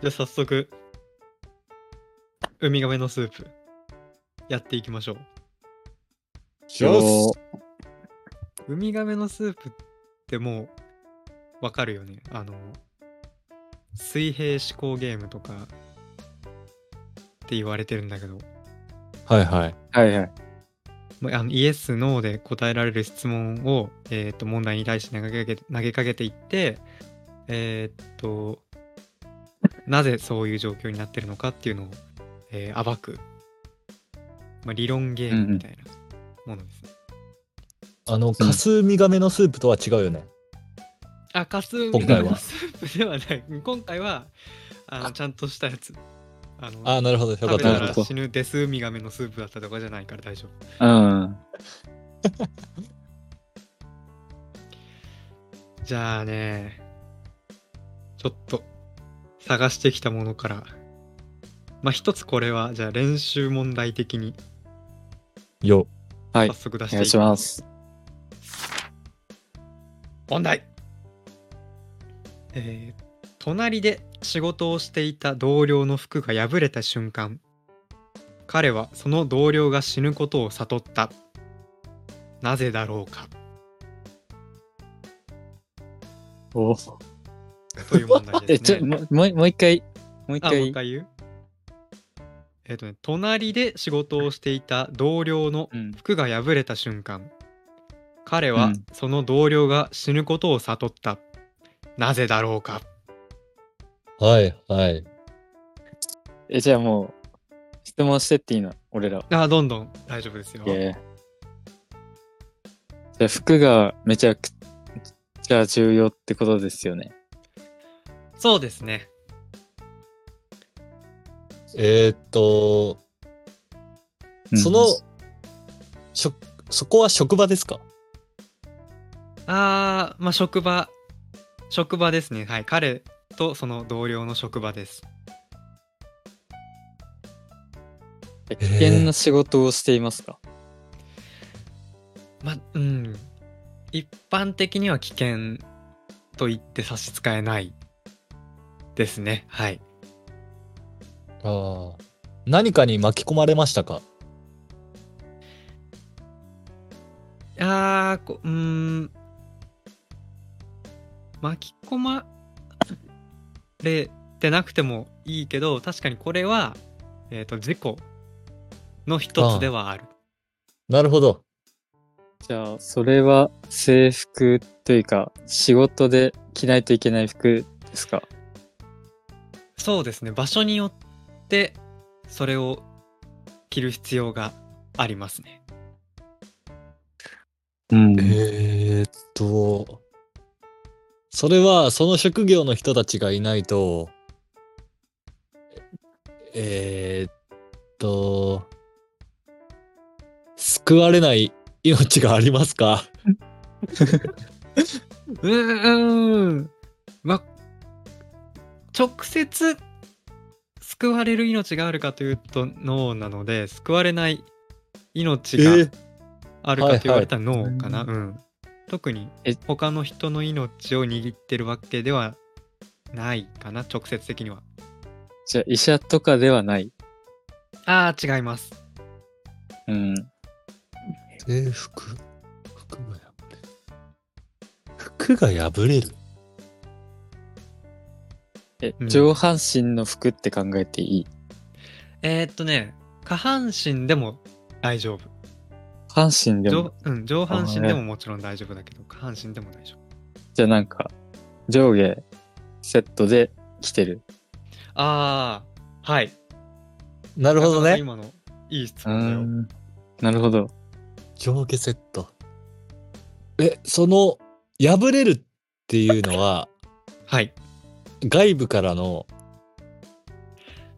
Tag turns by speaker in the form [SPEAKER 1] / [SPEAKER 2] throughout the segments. [SPEAKER 1] じゃあ早速、ウミガメのスープ、やっていきましょう。
[SPEAKER 2] よし
[SPEAKER 1] ウミガメのスープってもう、わかるよね。あの、水平思考ゲームとか、って言われてるんだけど、
[SPEAKER 2] はいはい。
[SPEAKER 3] はいはい。
[SPEAKER 1] まあのイエス、ノーで答えられる質問を、えー、と問題に対して投げかけ投げかけていって、えーっと、なぜそういう状況になってるのかっていうのを、えー暴く、まあ、理論ゲームみたいなものですね。
[SPEAKER 2] あの、かすみがめのスープとは違うよね。
[SPEAKER 1] あ、カスミ
[SPEAKER 2] 今回
[SPEAKER 1] の
[SPEAKER 2] は
[SPEAKER 1] スープではない。今回は、あのちゃんとしたやつ。あの
[SPEAKER 2] ああ、なるほど。よか
[SPEAKER 1] 食
[SPEAKER 2] っ
[SPEAKER 1] べ
[SPEAKER 2] た。
[SPEAKER 1] た
[SPEAKER 2] よかっ
[SPEAKER 1] ら
[SPEAKER 2] た
[SPEAKER 1] 死ぬデスウミガメのスープだったとかじゃないから大丈夫。
[SPEAKER 3] うん。
[SPEAKER 1] じゃあね、ちょっと探してきたものから、まあ一つこれは、じゃあ練習問題的に
[SPEAKER 2] よ。
[SPEAKER 3] はい
[SPEAKER 1] 早速出
[SPEAKER 3] お
[SPEAKER 1] して
[SPEAKER 3] 願いします。
[SPEAKER 1] 問題えー隣で仕事をしていた同僚の服が破れた瞬間彼はその同僚が死ぬことを悟ったなぜだろうか
[SPEAKER 3] お
[SPEAKER 1] という問題
[SPEAKER 3] え、
[SPEAKER 1] です
[SPEAKER 3] ち
[SPEAKER 1] ね
[SPEAKER 3] ょ、。もう、もうもう一回。もう一
[SPEAKER 1] あ、もう
[SPEAKER 3] 回
[SPEAKER 1] 一。回言うえっ、とね、隣で仕事をしていた同僚の
[SPEAKER 3] うん。
[SPEAKER 1] 服が破れた瞬間、彼は
[SPEAKER 3] うん
[SPEAKER 1] その同僚が死ぬことを悟った。なぜだろうか
[SPEAKER 2] はいはい。
[SPEAKER 3] え、じゃあもう、質問してっていいの俺ら。
[SPEAKER 1] あ、どんどん大丈夫ですよ。
[SPEAKER 3] えじゃあ服がめちゃくちゃ重要ってことですよね。
[SPEAKER 1] そうですね。
[SPEAKER 2] えーっと、
[SPEAKER 3] うん
[SPEAKER 2] その、しょ、そこは職場ですか
[SPEAKER 1] あー、まあ、職場、職場ですね。はい。彼とその同僚の職場です。
[SPEAKER 3] 危険な仕事をしていますか、
[SPEAKER 1] まあ、うん。一般的には危険と言って差し支えないですね。はい。
[SPEAKER 2] ああ。何かに巻き込まれましたか
[SPEAKER 1] あーこうーん巻き込まれてなくてもいいけど確かにこれは、えー、と事故の一つではある
[SPEAKER 2] なるほど。
[SPEAKER 3] じゃあ、それは制服というか、仕事で着ないといけない服ですか
[SPEAKER 1] そうですね場所によってそれを着る必要がありますね
[SPEAKER 3] うん
[SPEAKER 2] えーっと、それはその職業の人たちがいないと、えーっと、救われない命がありますか
[SPEAKER 1] うーんまあ直接救われる命があるかというとノーなので救われない命があるかと言われたら脳かな、
[SPEAKER 3] はい
[SPEAKER 1] うん特に
[SPEAKER 3] え
[SPEAKER 1] 他の人の命を握ってるわけではないかな直接的には
[SPEAKER 3] じゃあ、医者とかではない。
[SPEAKER 1] ああ違います
[SPEAKER 3] うん。
[SPEAKER 2] 制服服が破れる。服が破れる
[SPEAKER 3] え
[SPEAKER 1] う、ん
[SPEAKER 3] 上半身の服って考えていい、
[SPEAKER 1] えーっとね下半身でも大丈夫
[SPEAKER 3] 半身でも
[SPEAKER 1] 上,、うん、上半身で
[SPEAKER 3] あー
[SPEAKER 1] ももちろん大丈夫だけど下半身でも大丈夫
[SPEAKER 3] じゃあなんか、上下セットで着てる。
[SPEAKER 1] ああはい
[SPEAKER 2] なるほど
[SPEAKER 1] なかなか
[SPEAKER 2] ね。
[SPEAKER 1] 今のいい質
[SPEAKER 3] う
[SPEAKER 1] 問だよ
[SPEAKER 3] ん。なる ほど。
[SPEAKER 2] 上下セット。え、その、破れるっていうのは、
[SPEAKER 1] はい
[SPEAKER 2] 外部からの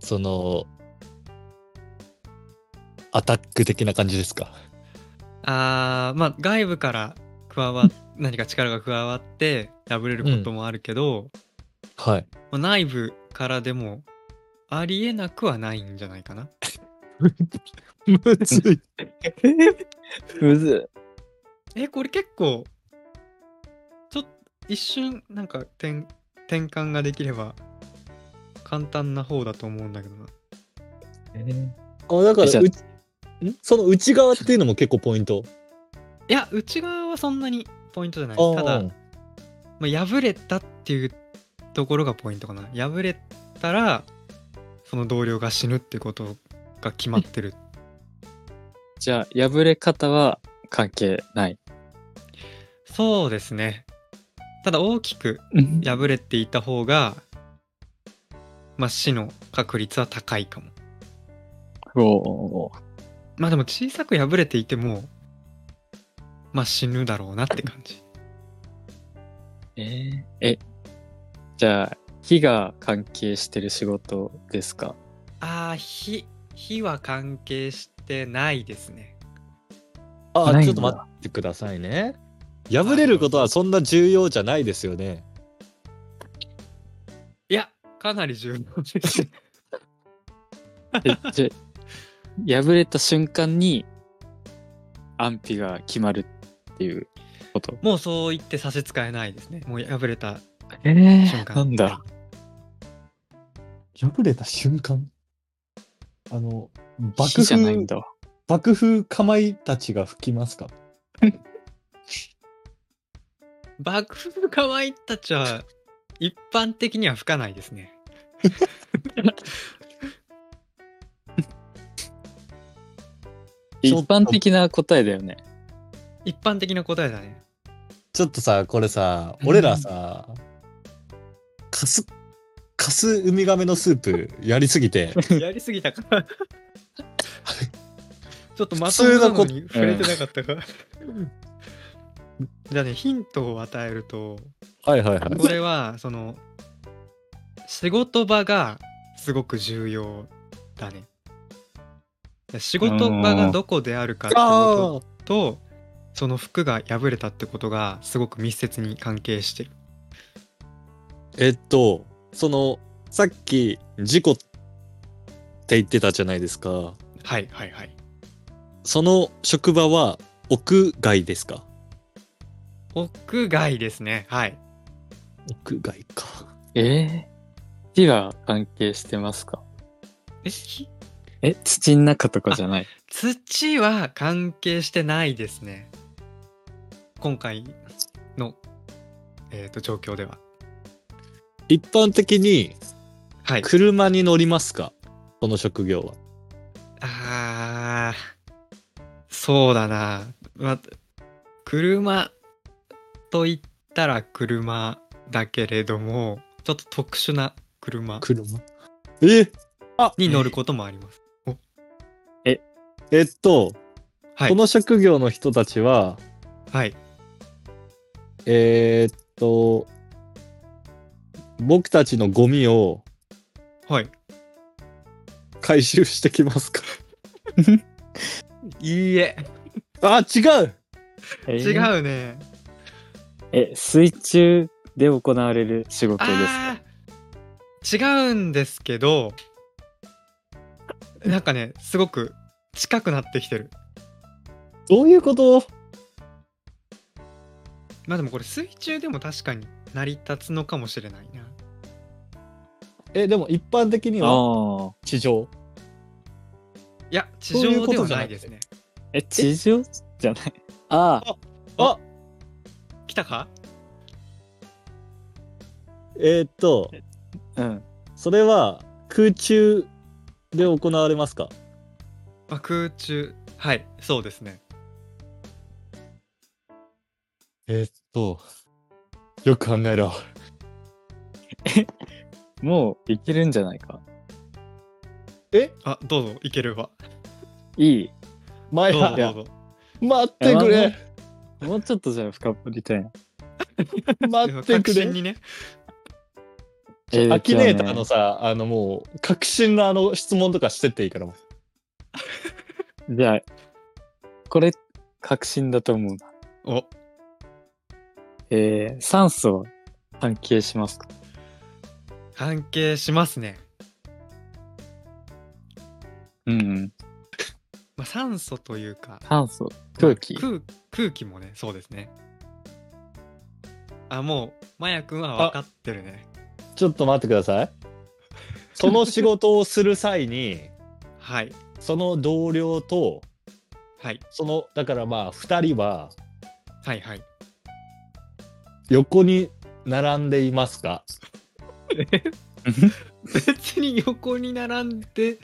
[SPEAKER 2] そのアタック的な感じですか
[SPEAKER 1] あーまあ外部から加わっ何か力が加わって破れることもあるけど、
[SPEAKER 2] はい
[SPEAKER 1] まあ内部からでもありえなくはないんじゃないかな。
[SPEAKER 2] むずい
[SPEAKER 3] むず
[SPEAKER 1] え、これ結構、ちょっと一瞬なんか転転換ができれば簡単な方だと思うんだけどな。
[SPEAKER 2] あ、だから、
[SPEAKER 3] じゃあ
[SPEAKER 2] うちんその内側っていうのも結構ポイント。
[SPEAKER 1] いや、内側はそんなにポイントじゃない。
[SPEAKER 2] あ
[SPEAKER 1] ただ、まあ、破れたっていうところがポイントかな。破れたら、その同僚が死ぬってことが決まってる。
[SPEAKER 3] じゃあ、破れ方は関係ない。
[SPEAKER 1] そうですね。ただ、大きく破れていた方が、まあ、死の確率は高いかも。
[SPEAKER 3] おー
[SPEAKER 1] まあでも小さく破れていても、まあ死ぬだろうなって感じ。
[SPEAKER 3] えーえ、じゃあ、火が関係してる仕事ですか
[SPEAKER 1] ああ、火、火は関係してないですね。
[SPEAKER 2] あ、
[SPEAKER 3] ないんだ
[SPEAKER 2] ちょっと待ってくださいね。破れることはそんな重要じゃないですよね。
[SPEAKER 1] いや、かなり重要です。
[SPEAKER 3] えじゃあ破れた瞬間に安否が決まるっていうこと
[SPEAKER 1] もうそう言って差し支えないですね。もう破れた
[SPEAKER 3] え
[SPEAKER 1] 瞬間。
[SPEAKER 3] なんだ
[SPEAKER 2] 破れた瞬間あの、
[SPEAKER 3] 火じゃないんだわ
[SPEAKER 2] 爆風かまいたちが吹きますか
[SPEAKER 1] 爆風かまいたちは、一般的には吹かないですね。
[SPEAKER 3] 一般的な答えだよね
[SPEAKER 1] 一般的な答えだね。
[SPEAKER 2] ちょっとさ、これさ、
[SPEAKER 1] うん
[SPEAKER 2] 俺らさ、カス、カスウミガメのスープやりすぎて、
[SPEAKER 1] やりすぎたから。ちょっとまとめなのに触れてなかったから。じゃあね、ヒントを与えると、
[SPEAKER 2] はいはいは
[SPEAKER 1] これは、その、仕事場がすごく重要だね。仕事場がどこであるかって
[SPEAKER 2] あ
[SPEAKER 1] こ
[SPEAKER 2] あ
[SPEAKER 1] とと、その服が破れたってことがすごく密接に関係してる。
[SPEAKER 2] えっと、その、さっき、事故って言ってたじゃないですか。
[SPEAKER 1] はいはいはい。
[SPEAKER 2] その職場は屋外ですか
[SPEAKER 1] 屋外ですね。はい。
[SPEAKER 2] 屋外か。
[SPEAKER 3] えー、火が関係してますか
[SPEAKER 1] え、ひ
[SPEAKER 3] え土の中とかじゃない
[SPEAKER 1] 土は関係してないですね。今回の、えー、と状況では。
[SPEAKER 2] 一般的に
[SPEAKER 1] はい。
[SPEAKER 2] 車に乗りますかその職業は。
[SPEAKER 1] あーそうだな。ま、車と言ったら車だけれども、ちょっと特殊な車
[SPEAKER 2] 車え
[SPEAKER 1] に乗ることもあります。
[SPEAKER 2] えっと、
[SPEAKER 1] はい
[SPEAKER 2] この職業の人たちは、
[SPEAKER 1] はい。
[SPEAKER 2] えーっと、僕たちのゴミを
[SPEAKER 1] はい。
[SPEAKER 2] 回収してきますか
[SPEAKER 1] いいえ。
[SPEAKER 2] あ、違う
[SPEAKER 3] え
[SPEAKER 1] 違
[SPEAKER 3] ー
[SPEAKER 1] うね。
[SPEAKER 3] え水中で行われる仕事です
[SPEAKER 1] あ
[SPEAKER 3] か
[SPEAKER 1] ー違うんですけど、なんかね、すごく近くなってきてる。
[SPEAKER 2] どういうこと
[SPEAKER 1] まあでもこれ水中でも確かに成り立つのかもしれないな。
[SPEAKER 2] え、でも一般的に
[SPEAKER 3] あ
[SPEAKER 2] は
[SPEAKER 3] ー
[SPEAKER 2] 地上。
[SPEAKER 1] いや、地
[SPEAKER 2] そういう
[SPEAKER 1] 上
[SPEAKER 2] こと
[SPEAKER 1] で
[SPEAKER 2] じゃ
[SPEAKER 1] は
[SPEAKER 2] な
[SPEAKER 1] ないで
[SPEAKER 2] くて
[SPEAKER 1] すね。
[SPEAKER 3] え地上じゃないあ
[SPEAKER 2] あ
[SPEAKER 1] 来たか
[SPEAKER 2] えーっと、
[SPEAKER 3] あうん
[SPEAKER 2] それは空中で行われますか
[SPEAKER 1] まあ、空中はいそうですね
[SPEAKER 2] えーっと、よく考えろ。
[SPEAKER 3] もういけるんじゃないか
[SPEAKER 2] え
[SPEAKER 1] あどうぞいければ
[SPEAKER 3] いい
[SPEAKER 1] どう
[SPEAKER 2] 前
[SPEAKER 1] ぞ
[SPEAKER 2] は
[SPEAKER 1] どうぞ
[SPEAKER 2] 待ってくれ
[SPEAKER 3] もうちょっとじゃあ深掘りたいな。
[SPEAKER 2] 待ってく
[SPEAKER 1] 確信
[SPEAKER 2] れ
[SPEAKER 1] にね
[SPEAKER 3] えー
[SPEAKER 2] アキネーター
[SPEAKER 3] 今日
[SPEAKER 2] のさ、あのもう、確信のあの質問とかしてっていいからもう。
[SPEAKER 3] ねじゃあ、これ、確信だと思うな。
[SPEAKER 1] お
[SPEAKER 3] えー、酸素は関係しますか
[SPEAKER 1] 関係しますね、
[SPEAKER 3] うんうん。
[SPEAKER 1] まあ、酸素というか
[SPEAKER 3] 酸素、空気。
[SPEAKER 1] 空空気もねそうですねあもうマヤ君は分かってるね
[SPEAKER 2] ちょっと待ってください。その仕事をする際に、
[SPEAKER 1] はい
[SPEAKER 2] その同僚と、
[SPEAKER 1] はい
[SPEAKER 2] その、だからまあ、二人は
[SPEAKER 1] はいはい
[SPEAKER 2] 横に並んでいますか
[SPEAKER 1] 別に横に並んで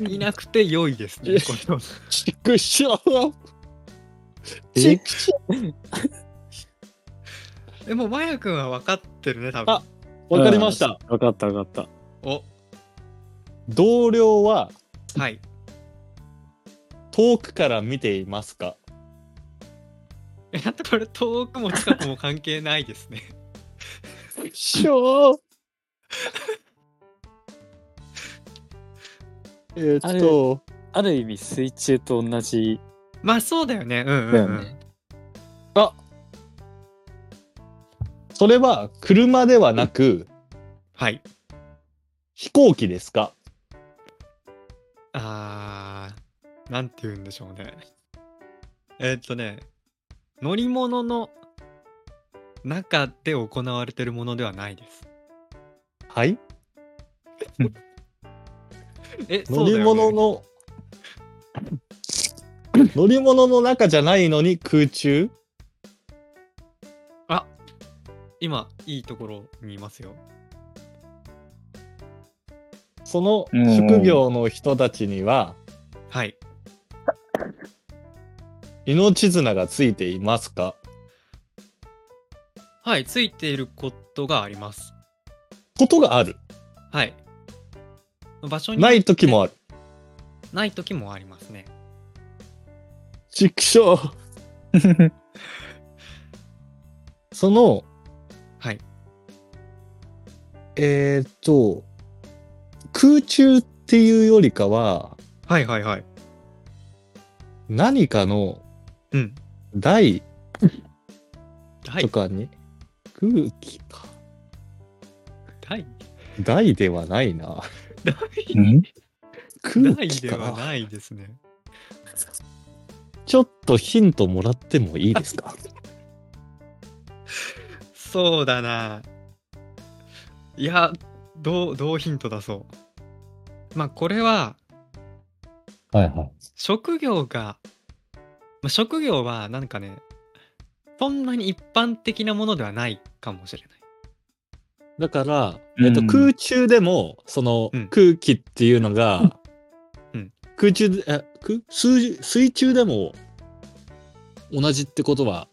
[SPEAKER 1] いなくて良いですねこれは
[SPEAKER 2] ちくしょう
[SPEAKER 3] え
[SPEAKER 2] ちくしょう
[SPEAKER 1] でもまやくんは分かってるね多分
[SPEAKER 2] あわかりました。
[SPEAKER 3] わかったわかった。
[SPEAKER 1] お
[SPEAKER 2] 同僚は
[SPEAKER 1] はい
[SPEAKER 2] 遠くから見ていますか
[SPEAKER 1] えだってこれ遠くも近くも関係ないですね
[SPEAKER 2] しょう えーっと、
[SPEAKER 3] ある意味水中と同じ。
[SPEAKER 1] まあそうだよねうんうん、うん
[SPEAKER 3] だよ
[SPEAKER 2] それは車ではなく
[SPEAKER 1] はい
[SPEAKER 2] 飛行機ですか
[SPEAKER 1] あーなんて言うんでしょうねえーっとね乗り物の中で行われてるものではないです
[SPEAKER 2] はい
[SPEAKER 1] え
[SPEAKER 2] 乗り物の、 乗り物の中じゃないのに空中
[SPEAKER 1] 今いいところにいますよ
[SPEAKER 2] その職業の人たちには
[SPEAKER 1] はい
[SPEAKER 2] 命綱がついていますか
[SPEAKER 1] はいついていることがあります
[SPEAKER 2] ことがある。
[SPEAKER 1] はい場所に
[SPEAKER 2] ない時もある。
[SPEAKER 1] ない時もありますね
[SPEAKER 2] ちくしょう。その、
[SPEAKER 1] はい。
[SPEAKER 2] えーっと、空中っていうよりかは、
[SPEAKER 1] はいはいはい
[SPEAKER 2] 何かの
[SPEAKER 1] うん
[SPEAKER 2] 台
[SPEAKER 1] はい
[SPEAKER 2] とかに、空気か。
[SPEAKER 1] はい
[SPEAKER 2] 台ではないな。
[SPEAKER 3] うん
[SPEAKER 2] 空
[SPEAKER 1] ない
[SPEAKER 2] 気
[SPEAKER 1] で
[SPEAKER 2] か
[SPEAKER 1] は
[SPEAKER 2] な。
[SPEAKER 1] ないですね。
[SPEAKER 2] ちょっとヒントもらってもいいですか
[SPEAKER 1] そうだな。いや、どう、どうヒントだそう。まあ、これは、
[SPEAKER 2] はいはい。
[SPEAKER 1] 職業が、まあ、職業は、なんかね、そんなに一般的なものではないかもしれない。
[SPEAKER 2] だから、
[SPEAKER 3] うん
[SPEAKER 2] えっと、空中でも、その
[SPEAKER 1] うん
[SPEAKER 2] 空気っていうのが、
[SPEAKER 1] うん
[SPEAKER 2] 空中で、えく水水中でも同じってことは、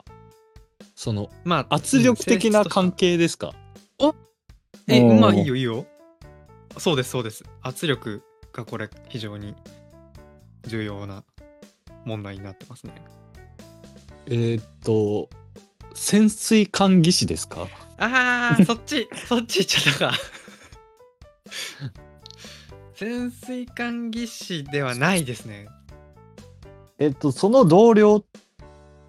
[SPEAKER 2] その
[SPEAKER 1] まあ、
[SPEAKER 2] 圧力的な関
[SPEAKER 1] 係。
[SPEAKER 2] 係ですか、
[SPEAKER 1] え、
[SPEAKER 3] おー
[SPEAKER 1] まあ、いいよいいよ。そうです、そうです。圧力がこれ、非常に重要な問題になってますね。
[SPEAKER 2] えーっと、潜水艦技師ですか
[SPEAKER 1] あーそっちそっち行っちゃったか潜水艦技師ではないですね
[SPEAKER 2] えっと、その同僚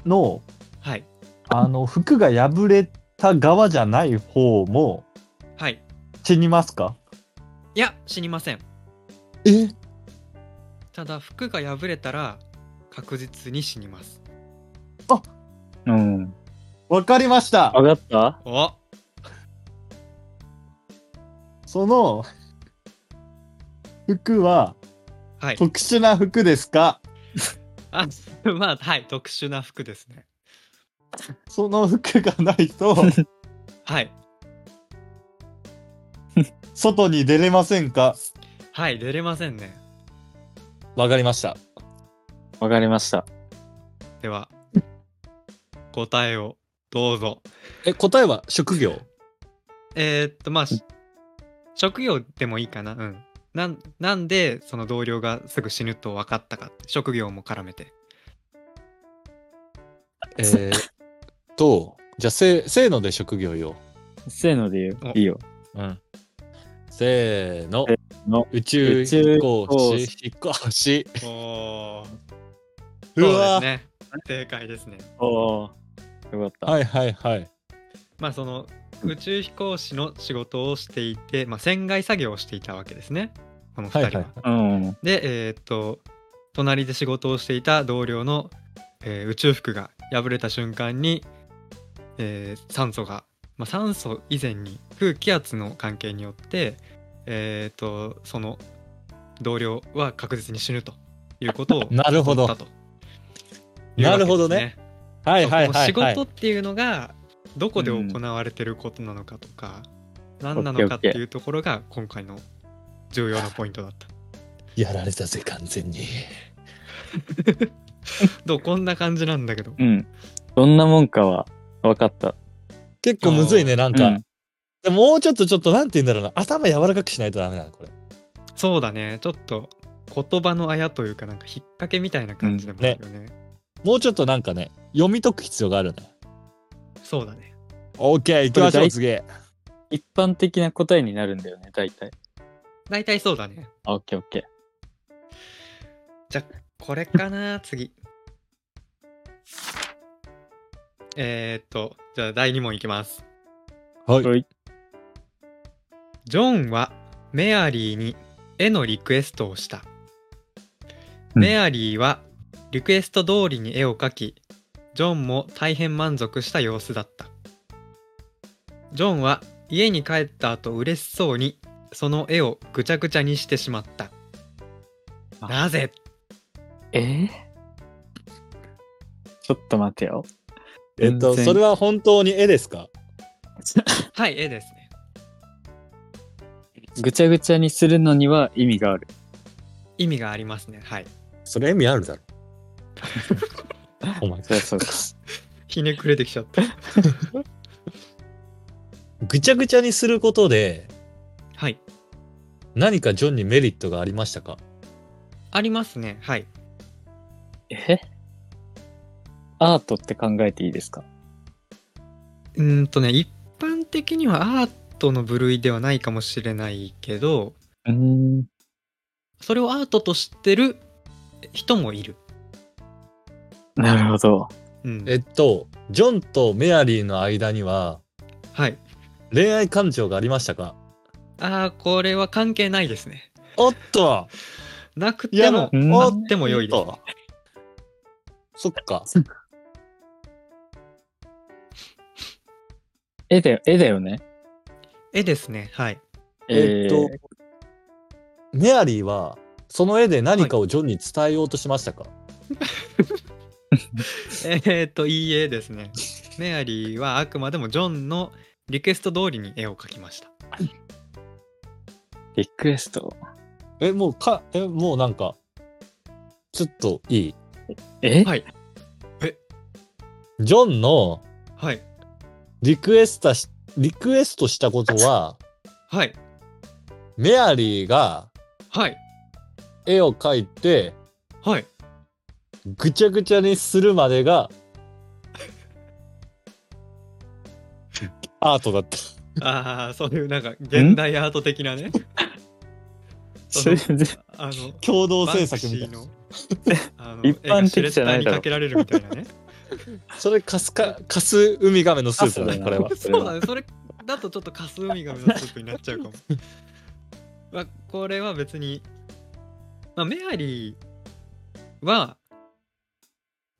[SPEAKER 2] の、
[SPEAKER 1] はい
[SPEAKER 2] あの、服が破れた側じゃない方も
[SPEAKER 1] はい
[SPEAKER 2] 死にますか
[SPEAKER 1] いや死にません
[SPEAKER 2] え
[SPEAKER 1] ただ服が破れたら確実に死にます
[SPEAKER 3] うん。
[SPEAKER 2] わかりました
[SPEAKER 3] わかった
[SPEAKER 1] お
[SPEAKER 2] その服は
[SPEAKER 1] はい
[SPEAKER 2] 特殊な服ですか
[SPEAKER 1] あ まあはい特殊な服ですね
[SPEAKER 2] その服がない と
[SPEAKER 1] はい
[SPEAKER 2] 外に出れませんか
[SPEAKER 1] はい出れませんね
[SPEAKER 2] わかりました
[SPEAKER 3] わかりました。
[SPEAKER 1] では答えをどうぞ
[SPEAKER 2] え答えは職業
[SPEAKER 1] えーっとまあし職業でもいいかなうんなんなんでその同僚がすぐ死ぬと分かったか職業も絡めて
[SPEAKER 2] えー、とじゃあせせーので職業よ、
[SPEAKER 3] せーので
[SPEAKER 1] お
[SPEAKER 3] 言う。いいよ。
[SPEAKER 2] うん、せーの
[SPEAKER 3] せの
[SPEAKER 2] 宇宙
[SPEAKER 3] 宇宙飛
[SPEAKER 2] 飛行
[SPEAKER 3] 行
[SPEAKER 2] 士
[SPEAKER 3] 士
[SPEAKER 2] 飛行士
[SPEAKER 1] おー
[SPEAKER 2] う
[SPEAKER 1] そう
[SPEAKER 2] わ
[SPEAKER 1] ですね正解ですね
[SPEAKER 3] おーよかった。
[SPEAKER 2] はいはいはい
[SPEAKER 1] まあその宇宙飛行士の仕事をしていて、まあ、船外作業をしていたわけですねこの2人
[SPEAKER 2] はい
[SPEAKER 1] は、
[SPEAKER 2] はい
[SPEAKER 3] うん。
[SPEAKER 1] でえーっと隣で仕事をしていた同僚の、えー宇宙服が破れた瞬間に、えー酸素が、まあ、酸素以前に空気圧の関係によって、えっ、とその同僚は確実に死ぬということを
[SPEAKER 2] なるほど
[SPEAKER 1] 悟ったというわけです
[SPEAKER 2] なるほどねはい
[SPEAKER 1] そう
[SPEAKER 2] はい
[SPEAKER 1] こ
[SPEAKER 2] は
[SPEAKER 1] の
[SPEAKER 2] い、
[SPEAKER 1] 仕
[SPEAKER 2] はい
[SPEAKER 1] 事っていうのがどこで行われてることなのかとか、何なのかっていうところが今回の重要なポイントだった。
[SPEAKER 2] やられたぜ完全に
[SPEAKER 1] どうこんな感じなんだけど。
[SPEAKER 3] うん。どんなもんかは分かった。
[SPEAKER 2] 結構むずいねなんか、
[SPEAKER 3] うん
[SPEAKER 2] でももうちょっとちょっとなんて言うんだろうな頭柔らかくしないとダメなのこれ
[SPEAKER 1] そうだね、ちょっと言葉のあやというか、なんか引っ掛けみたいな感じでもあるよね。
[SPEAKER 2] もうちょっとなんかね読み解く必要があるね
[SPEAKER 1] そうだね。
[SPEAKER 2] OK 行きましょう次へ
[SPEAKER 3] 一般的な答えになるんだよね、大体。
[SPEAKER 1] 大体そうだね。
[SPEAKER 3] あ、オッケーオッケ
[SPEAKER 1] じゃあ、これかな、次。えー、っと、じゃあ第2問いきます。
[SPEAKER 2] は
[SPEAKER 3] ー。はい。
[SPEAKER 1] ジョンはメアリーに絵のリクエストをした。
[SPEAKER 2] うん
[SPEAKER 1] メアリーはリクエスト通りに絵を描き、ジョンも大変満足した様子だった。ジョンは家に帰った後嬉しそうにその絵をぐちゃぐちゃにしてしまった。
[SPEAKER 3] あ
[SPEAKER 1] なぜ
[SPEAKER 3] えーちょっと待てよ。
[SPEAKER 2] えっと
[SPEAKER 3] 全然
[SPEAKER 2] それは本当に絵ですか
[SPEAKER 1] はい、絵ですね。
[SPEAKER 3] ぐちゃぐちゃにするのには意味がある。
[SPEAKER 1] 意味がありますね。はい。
[SPEAKER 2] それ意味あるだろお前
[SPEAKER 3] そりゃそうか。
[SPEAKER 1] ひねくれてきちゃった。
[SPEAKER 2] ぐちゃぐちゃにすることで
[SPEAKER 1] はい。
[SPEAKER 2] 何かジョンにメリットがありましたか
[SPEAKER 1] ありますね。はい。
[SPEAKER 3] えアートって考えていいですか
[SPEAKER 1] うーんとね一般的にはアートの部類ではないかもしれないけど
[SPEAKER 3] うん。
[SPEAKER 1] それをアートと知ってる人もいる、
[SPEAKER 3] なるほど。
[SPEAKER 1] うん、
[SPEAKER 2] えっとジョンとメアリーの間には
[SPEAKER 1] はい
[SPEAKER 2] 恋愛感情がありましたか
[SPEAKER 1] ああこれは関係ないですね
[SPEAKER 2] おっと
[SPEAKER 1] なく
[SPEAKER 2] い
[SPEAKER 1] ても
[SPEAKER 2] も
[SPEAKER 3] うん
[SPEAKER 1] あ
[SPEAKER 2] お
[SPEAKER 1] っても良いです
[SPEAKER 2] とそっか
[SPEAKER 3] 絵だよ、絵だよね。
[SPEAKER 1] 絵ですねはい
[SPEAKER 2] えっと
[SPEAKER 3] ー、
[SPEAKER 2] メアリーはその絵で何かをジョンに伝えようとしましたか、
[SPEAKER 1] えっといい絵ですねメアリーはあくまでもジョンのリクエスト通りに絵を描きました
[SPEAKER 3] リクエスト。
[SPEAKER 2] えもうかえもうなんかちょっといい
[SPEAKER 3] え、
[SPEAKER 1] はい
[SPEAKER 2] ジョンの
[SPEAKER 1] はい
[SPEAKER 2] リクエストしリクエストしたことは
[SPEAKER 1] はい
[SPEAKER 2] メアリーが
[SPEAKER 1] はい
[SPEAKER 2] 絵を描いて
[SPEAKER 1] はい
[SPEAKER 2] ぐちゃぐちゃにするまで がアートだった。
[SPEAKER 1] ああそういうなんか現代アート的なね
[SPEAKER 3] それ全然
[SPEAKER 1] あの
[SPEAKER 2] 共同制作みたいな
[SPEAKER 1] バ。ンクシーのあの
[SPEAKER 3] 一般的じゃな
[SPEAKER 1] 絵がシュレッダー
[SPEAKER 3] いだろ
[SPEAKER 1] にかけられるみたいなね。
[SPEAKER 2] それカスカ、カスウミガメのスープだ
[SPEAKER 3] カスだ
[SPEAKER 2] ね、
[SPEAKER 3] な
[SPEAKER 2] これは。
[SPEAKER 3] そ
[SPEAKER 1] そ
[SPEAKER 3] れは
[SPEAKER 1] うだね。それだとちょっとカスウミガメのスープになっちゃうかも。 まあ、これは別に、まあ、メアリーは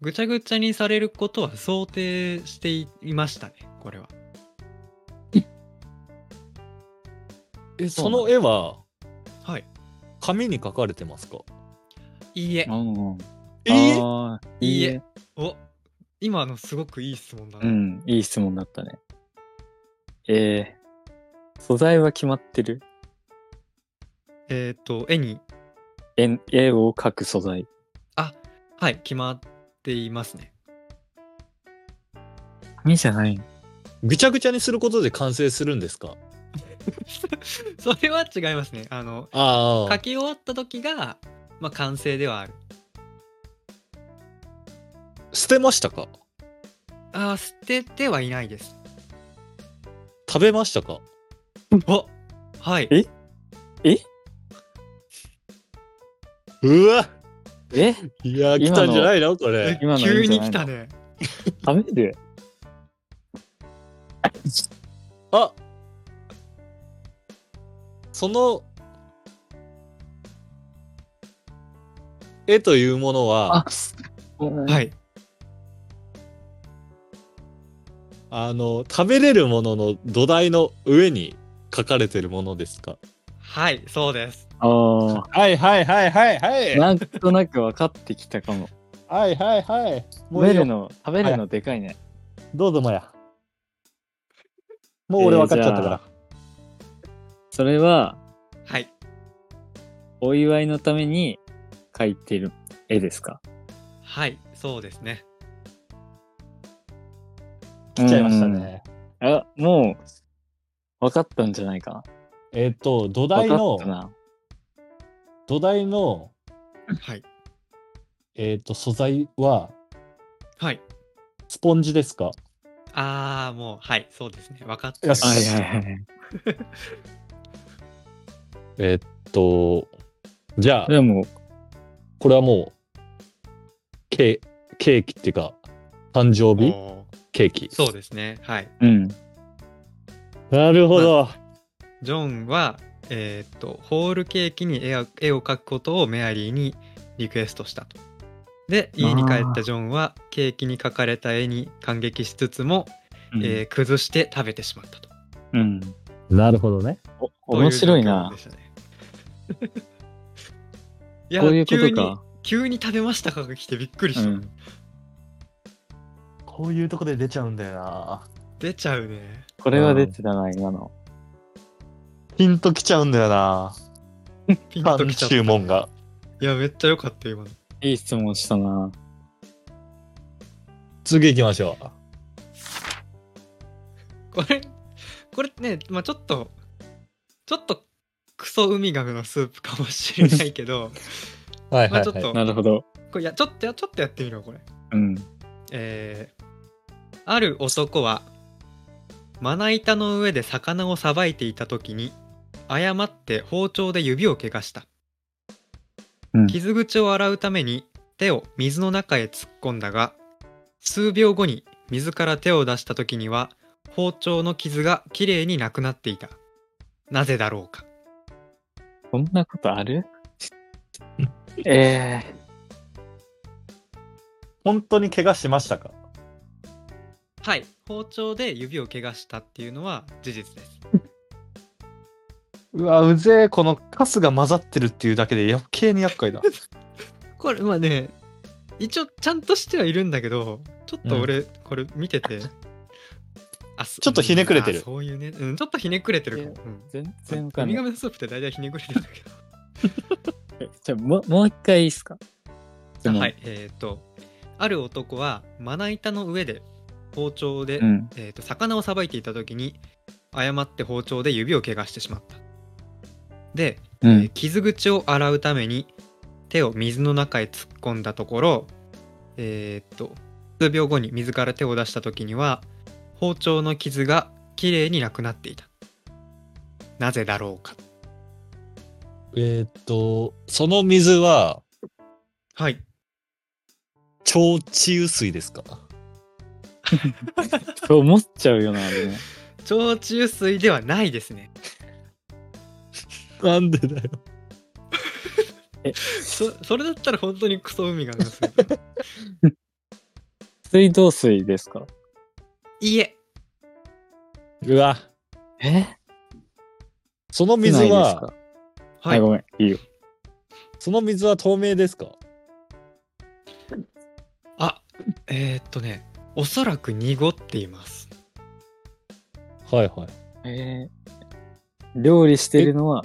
[SPEAKER 1] ぐちゃぐちゃにされることは想定していましたね、これは。
[SPEAKER 2] え、その絵は
[SPEAKER 1] はい。
[SPEAKER 2] 紙に描かれてますか
[SPEAKER 1] いいえ。
[SPEAKER 3] うん。
[SPEAKER 2] え
[SPEAKER 3] あー
[SPEAKER 1] い
[SPEAKER 3] い
[SPEAKER 1] い
[SPEAKER 3] い
[SPEAKER 1] え
[SPEAKER 3] え。
[SPEAKER 1] お今のすごくいい質問だな。
[SPEAKER 3] うん、いい質問だったね。えー、素材は決まってる
[SPEAKER 1] えっ、と、絵に、
[SPEAKER 3] 絵絵を描く素材。
[SPEAKER 1] はい、決まっていますね。
[SPEAKER 3] 紙じゃないの
[SPEAKER 2] ぐちゃぐちゃにすることで完成するんですか
[SPEAKER 1] それは違いますね。あの、
[SPEAKER 2] あ
[SPEAKER 1] 書
[SPEAKER 2] あ。
[SPEAKER 1] き終わった時が、まあ、完成ではある
[SPEAKER 2] 捨てましたか
[SPEAKER 1] あー捨ててはいないです
[SPEAKER 2] 食べましたか
[SPEAKER 1] おはい
[SPEAKER 3] え
[SPEAKER 2] うわ
[SPEAKER 3] え
[SPEAKER 2] いやー、来
[SPEAKER 3] 今の
[SPEAKER 2] たんじゃないのこれ。
[SPEAKER 3] 今の
[SPEAKER 1] 急
[SPEAKER 3] いいんじ
[SPEAKER 1] に
[SPEAKER 3] ゃない
[SPEAKER 1] 来た
[SPEAKER 3] の
[SPEAKER 1] ね
[SPEAKER 3] 食べる
[SPEAKER 2] あその絵というものはあ、
[SPEAKER 3] は。
[SPEAKER 1] はいい
[SPEAKER 2] の食べれるものの土台の上に書かれてるものですか
[SPEAKER 1] はい、そうです。
[SPEAKER 3] あ
[SPEAKER 2] はいはいはいはいは
[SPEAKER 3] あ。
[SPEAKER 2] い。
[SPEAKER 3] なんとなく分かってきたかも。
[SPEAKER 2] はいはいはい。
[SPEAKER 3] 食べるの、食べるのでかいね。
[SPEAKER 2] どうぞもや。もう俺分かっちゃったから。
[SPEAKER 3] それは、
[SPEAKER 1] はい、
[SPEAKER 3] お祝いのために描いてる絵ですか
[SPEAKER 1] はい、そうですね。
[SPEAKER 2] 来ちゃいましたね。
[SPEAKER 3] うん。あ、もう、分かったんじゃないか
[SPEAKER 2] えっと、土
[SPEAKER 3] な。
[SPEAKER 2] 台
[SPEAKER 3] 分か
[SPEAKER 2] の
[SPEAKER 3] った、な。
[SPEAKER 2] 土台の、
[SPEAKER 1] はい、
[SPEAKER 2] えっと、素材は、
[SPEAKER 1] はい。
[SPEAKER 2] スポンジですか
[SPEAKER 1] ああ、もう、はい、そうですね。分かって
[SPEAKER 2] よ
[SPEAKER 1] る
[SPEAKER 2] し
[SPEAKER 3] はいはいはい。
[SPEAKER 2] えっと、じゃあ
[SPEAKER 3] それ、はもう、
[SPEAKER 2] これはもう、ケケーキっていうか、誕生日
[SPEAKER 1] おー
[SPEAKER 2] ケーキ。
[SPEAKER 1] そうですね。はい。
[SPEAKER 3] うん。
[SPEAKER 2] なるほど。
[SPEAKER 1] ジョンは、えーっと、ホールケーキに絵を絵を描くことをメアリーにリクエストしたと。で、家に帰ったジョンは、ケーキに描かれた絵に感激しつつも、
[SPEAKER 3] うん
[SPEAKER 1] えー崩して食べてしまったと。
[SPEAKER 3] うん。
[SPEAKER 2] なるほどね。
[SPEAKER 3] お面白いな
[SPEAKER 1] とう。状況でしたね いや
[SPEAKER 3] こういうこと
[SPEAKER 1] 急に
[SPEAKER 3] か。
[SPEAKER 1] 急に食べましたかが来てびっくり
[SPEAKER 3] う
[SPEAKER 1] した、
[SPEAKER 3] ん。
[SPEAKER 2] こういうとこで出ちゃうんだよな。
[SPEAKER 1] 出ちゃうね
[SPEAKER 3] これは出てたな、今の。
[SPEAKER 2] ピンときちゃうんだよな。
[SPEAKER 1] ピン
[SPEAKER 2] パ
[SPEAKER 1] と
[SPEAKER 2] ン
[SPEAKER 1] きちゃった
[SPEAKER 2] 注文が。
[SPEAKER 1] いやめっちゃ良かった今の
[SPEAKER 3] いい質問したな。
[SPEAKER 2] 次行きましょう。
[SPEAKER 1] これこれねまあちょっとちょっとクソウミガメのスープかもしれないけど
[SPEAKER 2] はい
[SPEAKER 1] ま
[SPEAKER 2] は
[SPEAKER 1] あ
[SPEAKER 2] い、
[SPEAKER 1] ちょっ
[SPEAKER 2] はい
[SPEAKER 1] と
[SPEAKER 3] なるほど。
[SPEAKER 1] これいやちょっとやちょっとやってみろこれ
[SPEAKER 3] うん。
[SPEAKER 1] えーある男はまな板の上で魚をさばいていた時に誤って包丁で指を怪我した、
[SPEAKER 3] うん
[SPEAKER 1] 傷口を洗うために手を水の中へ突っ込んだが数秒後に水から手を出した時には包丁の傷がきれいになくなっていたなぜだろうか
[SPEAKER 3] そんなことある ええ
[SPEAKER 2] 本当に怪我しましたか
[SPEAKER 1] はい包丁で指を怪我したっていうのは事実です
[SPEAKER 2] うわ、うぜえ。このカスが混ざってるっていうだけで余計に厄介だ。
[SPEAKER 1] これまあね一応ちゃんとしてはいるんだけどちょっと俺これ見てて、あち
[SPEAKER 2] ちょっとひねくれてる
[SPEAKER 1] そういうね、うん、ちょっとひねくれてるかも
[SPEAKER 3] いや
[SPEAKER 1] うん
[SPEAKER 3] 全然わ
[SPEAKER 1] ウ
[SPEAKER 3] かん
[SPEAKER 1] ミ
[SPEAKER 3] な
[SPEAKER 1] ガメ
[SPEAKER 3] い。
[SPEAKER 1] のスープって大体ひねくれてるんだけど
[SPEAKER 3] じゃあ、もうもう一回いいっすか質
[SPEAKER 1] あ
[SPEAKER 3] 問
[SPEAKER 1] はいえっ、とある男はまな板の上で包丁で、
[SPEAKER 3] うん。
[SPEAKER 1] えー、と魚をさばいていた時に誤って包丁で指を怪我してしまったで、
[SPEAKER 3] う
[SPEAKER 1] えー
[SPEAKER 3] ん。
[SPEAKER 1] 傷口を洗うために手を水の中へ突っ込んだところえーっと数秒後に水から手を出した時には包丁の傷がきれいになくなっていたなぜだろうか
[SPEAKER 2] えーっと、その水は、
[SPEAKER 1] はい
[SPEAKER 2] 超治癒水ですか
[SPEAKER 3] そう思っちゃうよな、でも。
[SPEAKER 1] 腸中水ではないですね
[SPEAKER 2] なんでだよ。
[SPEAKER 1] そそれだったら本当にクソ海がなす
[SPEAKER 3] 水道水ですか
[SPEAKER 1] いいえ
[SPEAKER 2] うわ、
[SPEAKER 3] え
[SPEAKER 2] その水
[SPEAKER 3] ないです
[SPEAKER 2] は、
[SPEAKER 3] かは、
[SPEAKER 1] はいい
[SPEAKER 3] ごめん。いいよ。
[SPEAKER 2] その水は透明ですか
[SPEAKER 1] あえーっとねおそらく濁っています
[SPEAKER 2] はいはい。
[SPEAKER 3] えー、料理してるのは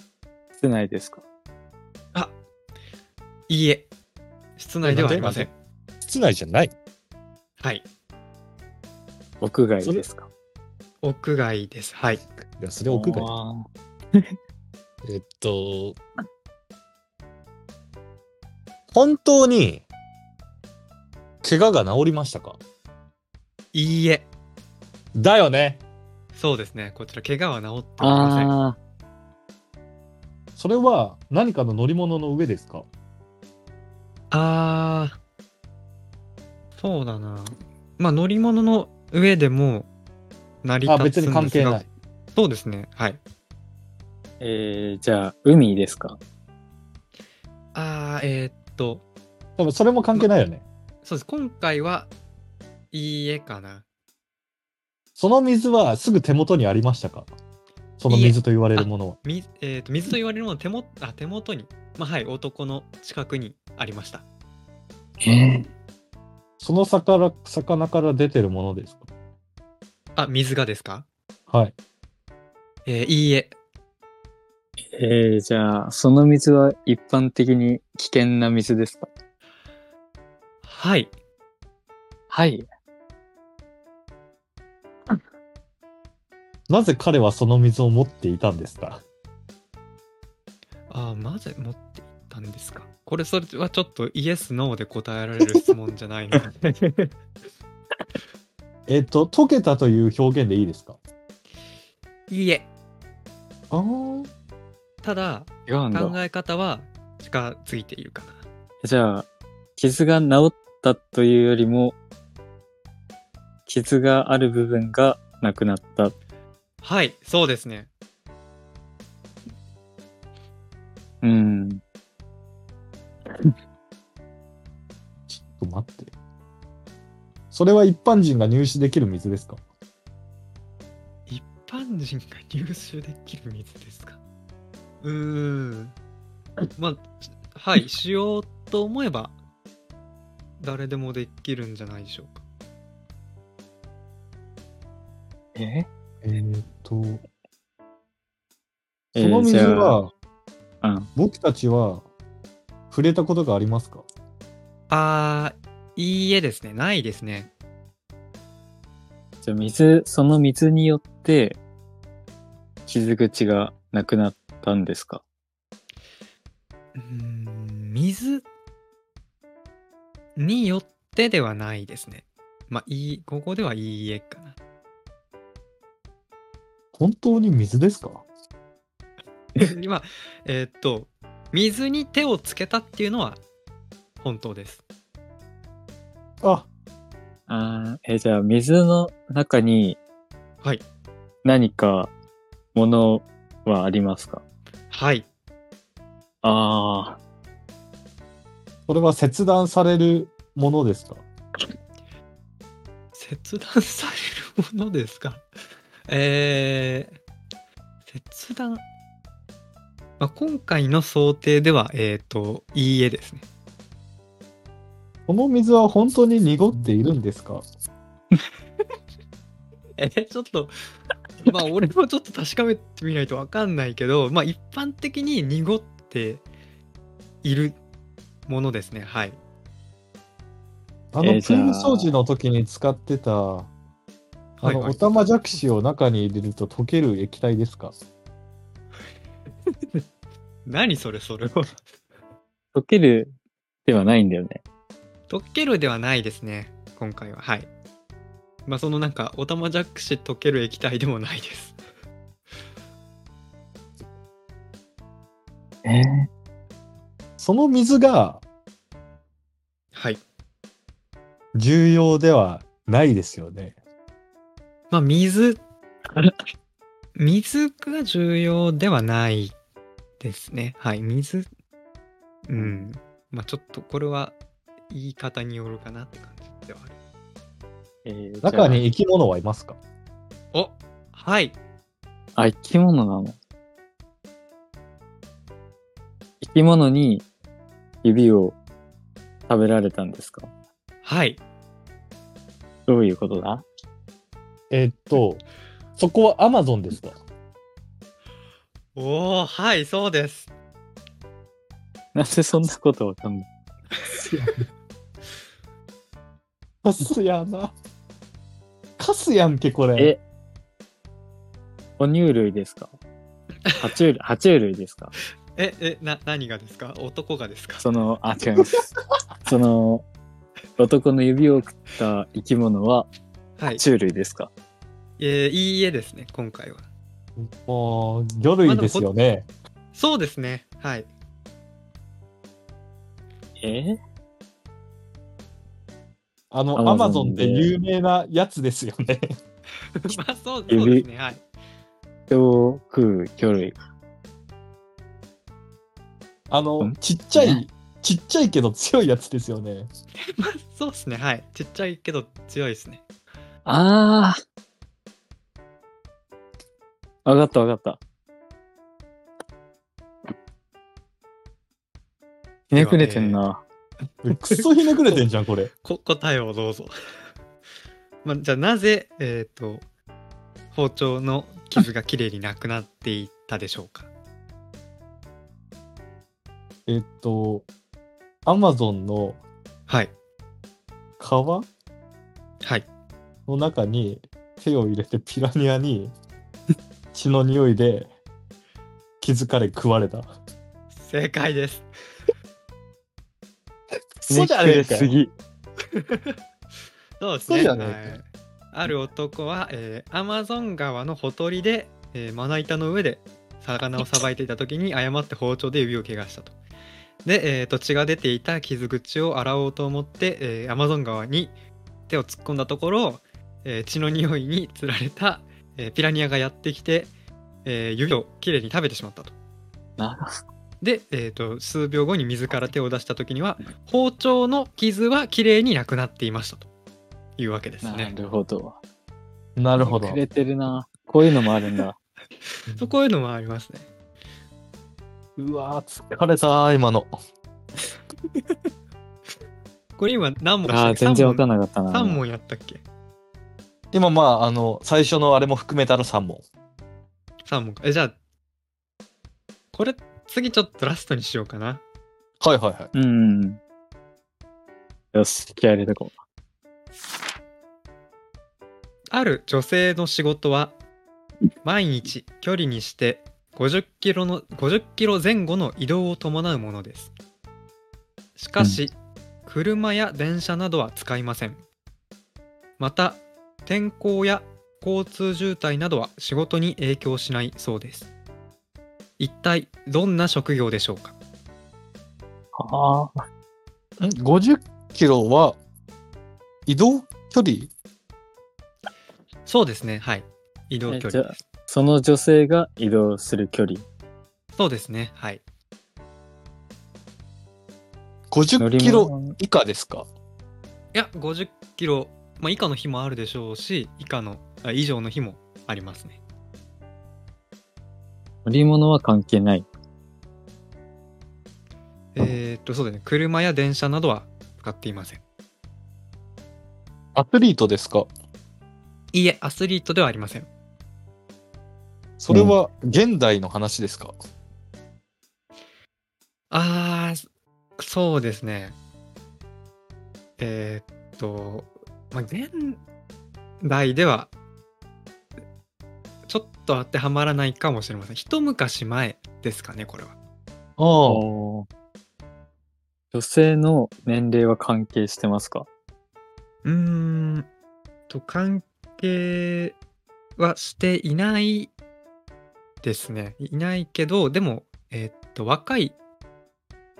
[SPEAKER 3] 室内ですか
[SPEAKER 1] いいえ室内ではありません
[SPEAKER 2] 室内じゃない。
[SPEAKER 1] はい
[SPEAKER 3] 屋外ですか
[SPEAKER 1] 屋外ですはい
[SPEAKER 2] いや、それ屋外。
[SPEAKER 3] 外。
[SPEAKER 2] えーっと、本当に、怪我が治りましたか
[SPEAKER 1] いいえ
[SPEAKER 2] だよね。
[SPEAKER 1] そうですねこちら怪我は治っておりません
[SPEAKER 3] あ
[SPEAKER 2] それは何かの乗り物の上ですか
[SPEAKER 1] あーそうだなまあ乗り物の上でも成り立つ
[SPEAKER 2] あ、
[SPEAKER 1] んです
[SPEAKER 2] 別
[SPEAKER 1] が
[SPEAKER 2] に関係ない。
[SPEAKER 1] そうですねはい
[SPEAKER 3] ーえー、じゃあ、海ですか
[SPEAKER 1] あーえーっと
[SPEAKER 2] 多分それも関係ないよね。
[SPEAKER 1] そうです今回はいいえかな
[SPEAKER 2] その水はすぐ手元にありましたかその水と言われるものは。
[SPEAKER 1] みえー、と水と言われるものは手もあ手元に、まあ、はい男の近くにありました
[SPEAKER 3] え
[SPEAKER 2] その魚魚から出てるものです
[SPEAKER 1] あ水がですか、
[SPEAKER 2] かはい。
[SPEAKER 1] えーいいえ
[SPEAKER 3] えーじゃあ、その水は一般的に危険な水ですか
[SPEAKER 1] はい
[SPEAKER 3] はい。
[SPEAKER 2] なぜ彼はその水を持っていたんです か
[SPEAKER 1] あーなぜ持っていったんですかこれそれはちょっとイエスノーで答えられる質問じゃないので
[SPEAKER 2] えっと、溶けたという表現でいいですか
[SPEAKER 1] いいえ
[SPEAKER 2] ああ。
[SPEAKER 1] ただ
[SPEAKER 3] 違うん
[SPEAKER 1] 考
[SPEAKER 3] だ。
[SPEAKER 1] え方は近づいているかな
[SPEAKER 3] じゃあ、傷が治ったというよりも、傷がある部分がなくなった。
[SPEAKER 1] はいそうですね
[SPEAKER 3] うん。
[SPEAKER 2] ちょっと待って。それは一般人が入手できる水ですか
[SPEAKER 1] 一般人が入手できる水ですかうーんまあはいしようと思えば誰でもできるんじゃないでしょうか
[SPEAKER 3] え
[SPEAKER 2] えーっと、
[SPEAKER 3] え
[SPEAKER 2] その
[SPEAKER 3] ー
[SPEAKER 2] 水
[SPEAKER 3] じゃあ
[SPEAKER 2] は、
[SPEAKER 3] うん
[SPEAKER 2] 僕たちは触れたことがありますか
[SPEAKER 1] あーいいえですねないですね
[SPEAKER 3] じゃあ水、その水によって、傷口がなくなったんですか
[SPEAKER 1] うーん水によってではないですねまあいいここではいいえかな
[SPEAKER 2] 本当に水ですか
[SPEAKER 1] 今えーっと水に手をつけたっていうのは本当です
[SPEAKER 2] あ、
[SPEAKER 3] あーえーじゃあ水の中に
[SPEAKER 1] はい
[SPEAKER 3] 何かものはありますか
[SPEAKER 1] はい
[SPEAKER 3] ああ、
[SPEAKER 2] それは切断されるものですか
[SPEAKER 1] 切断されるものですか えー、切断、まあ、今回の想定ではえっ、といいえですね
[SPEAKER 2] この水は本当に濁っているんですか
[SPEAKER 1] えーちょっとまあ俺もちょっと確かめてみないとわかんないけどまあ一般的に濁っているものですねはい
[SPEAKER 2] あ
[SPEAKER 3] え
[SPEAKER 2] の、
[SPEAKER 3] ー
[SPEAKER 2] プ
[SPEAKER 3] じゃあ
[SPEAKER 2] ール掃除の時に使ってた、あ
[SPEAKER 1] はい
[SPEAKER 2] の、
[SPEAKER 1] はい
[SPEAKER 2] おたまじゃくしを中に入れると溶ける液体ですか
[SPEAKER 1] 何それそれは
[SPEAKER 3] 溶けるではないんだよね。
[SPEAKER 1] 溶けるではないですね今回ははいまあそのなんかおたまじゃくし溶ける液体でもないです
[SPEAKER 3] え
[SPEAKER 2] その水が
[SPEAKER 1] はい。
[SPEAKER 2] 重要ではないですよね。
[SPEAKER 1] まあ、水、水が重要ではないですね。はい。水、うん。まあ、ちょっとこれは言い方によるかなって感じではある。
[SPEAKER 3] えー
[SPEAKER 2] 中に生き物はいますか
[SPEAKER 1] おはい。
[SPEAKER 3] じゃああ、生き物なの。生き物に指を食べられたんですか
[SPEAKER 1] はい。
[SPEAKER 3] どういうことだ
[SPEAKER 2] えーっと、そこはアマゾンですか
[SPEAKER 1] おおはい、そうです。
[SPEAKER 3] なんでそんなことわかんない
[SPEAKER 2] カスやな。カスやんけ、これ。
[SPEAKER 3] え哺乳類ですか爬虫類、 爬虫類ですか
[SPEAKER 1] え、え、な、何がですか男がですか
[SPEAKER 3] その、あ、違い ます。その、男の指を食った生き物は
[SPEAKER 1] はい
[SPEAKER 3] 爬。虫類ですか、
[SPEAKER 1] えーいいえですね、今回は。
[SPEAKER 2] もう、魚類ですよね。
[SPEAKER 1] そうですね。はい。
[SPEAKER 3] え
[SPEAKER 2] あの、アマゾ
[SPEAKER 3] Amazon
[SPEAKER 2] ン
[SPEAKER 3] で
[SPEAKER 2] で有名なやつですよね。
[SPEAKER 1] まあ、そうそうですね。はい。
[SPEAKER 3] 人を食う魚類。
[SPEAKER 2] あ
[SPEAKER 3] う
[SPEAKER 2] の
[SPEAKER 3] ん、
[SPEAKER 2] ちっちゃい
[SPEAKER 3] ね、
[SPEAKER 2] ちっちゃいけど強いやつですよね。
[SPEAKER 1] まあ、そうですね。はい。ちっちゃいけど強いですね。
[SPEAKER 3] ああ、わかったわかった。ひねくれてんな。
[SPEAKER 2] くっそひねくれてんじゃん、こ れ。
[SPEAKER 1] こ答えをどうぞ。 まあ、じゃあなぜ、えー、と包丁の傷がきれいになくなっていったでしょうか
[SPEAKER 2] えっと、アマゾンの
[SPEAKER 1] はい
[SPEAKER 2] 川
[SPEAKER 1] はい
[SPEAKER 2] の中に手を入れてピラニアに血の匂いで気づかれ食われた。
[SPEAKER 1] 正解です。
[SPEAKER 2] そうじゃねえか
[SPEAKER 3] ひねくれすぎ。
[SPEAKER 1] そうです
[SPEAKER 2] そう
[SPEAKER 1] ね。
[SPEAKER 2] じゃね
[SPEAKER 1] はいある男は、えーアマゾン川のほとりで、えーまな板の上で魚をさばいていた時に誤って包丁で指を怪我したと。で、えーと血が出ていた傷口を洗おうと思って、えーアマゾン川に手を突っ込んだところ、えー血の匂いにつられた、えーピラニアがやってきて、えー指をきれいに食べてしまったと。
[SPEAKER 3] な
[SPEAKER 1] で、えーと数秒後に水から手を出した時には包丁の傷はきれいになくなっていましたというわけです
[SPEAKER 3] な
[SPEAKER 1] ね。
[SPEAKER 3] るほど。
[SPEAKER 2] なるほ
[SPEAKER 3] ひ
[SPEAKER 2] ど
[SPEAKER 3] ねく。れてるな。こういうのもあるん だ。
[SPEAKER 1] そうこういうのもありますね。
[SPEAKER 2] うわー疲れたー、今の。
[SPEAKER 1] これ今何問でしたっ
[SPEAKER 3] ああ、
[SPEAKER 1] け
[SPEAKER 3] 全然わかんなかったな。
[SPEAKER 1] 三問三問やったっけ
[SPEAKER 2] 今、まあ、あの、最初のあれも含めたら3問。
[SPEAKER 1] ?3 問か。え、じゃあ、これ次ちょっとラストにしようかな。
[SPEAKER 2] はいはいは
[SPEAKER 3] う
[SPEAKER 2] い。
[SPEAKER 3] ん。よし、気合入れてこう。
[SPEAKER 1] ある女性の仕事は毎日距離にして50キロの50キロ前後の移動を伴うものですしかし、車や電車などは使いませんまた天候や交通渋滞などは仕事に影響しないそうです一体どんな職業でしょうか
[SPEAKER 3] ああ、
[SPEAKER 2] ん ?50 キロは移動距離
[SPEAKER 1] そうですねはい移動距
[SPEAKER 3] えじゃ
[SPEAKER 1] 離
[SPEAKER 3] あその女性が移動する距離。
[SPEAKER 1] そうですねはい
[SPEAKER 2] ?50 キ
[SPEAKER 3] 乗
[SPEAKER 2] ロ
[SPEAKER 3] り物
[SPEAKER 2] 以下ですか
[SPEAKER 1] いや、50キロ、まあ、以下の日もあるでしょうし、以下の、あ以上の日もありますね。
[SPEAKER 3] 乗り物は関係ない。
[SPEAKER 1] えーっと、そうだね、車や電車などは使っていません。
[SPEAKER 2] アスリートですか
[SPEAKER 1] いいえ、アスリートではありません。
[SPEAKER 2] それは現代の話ですか、
[SPEAKER 1] あー、そうですね。えーっと、まあ、現代では、ちょっと当てはまらないかもしれません。一昔前ですかね、これは。
[SPEAKER 2] ああ。
[SPEAKER 3] おー女性の年齢は関係してますか
[SPEAKER 1] うーんと関係はしていないですね。いないけど、でも、えーっと、若い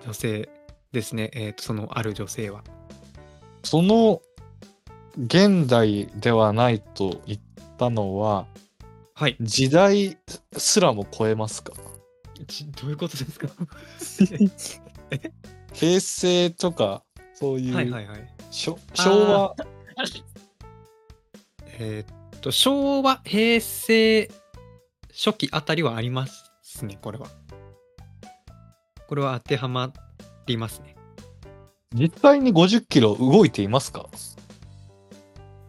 [SPEAKER 1] 女性ですね。えーっと、そのある女性は。
[SPEAKER 2] その現代ではないと言ったのは
[SPEAKER 1] はい。
[SPEAKER 2] 時代すらも超えますか
[SPEAKER 1] ちどういうことですか
[SPEAKER 2] 平成とかそうい う、
[SPEAKER 1] はいはいはい。
[SPEAKER 2] しょ昭和
[SPEAKER 1] えーっと、昭和、平成初期あたりはありますね、これは。これは当てはまりますね。
[SPEAKER 2] 実際に50キロ動いていますか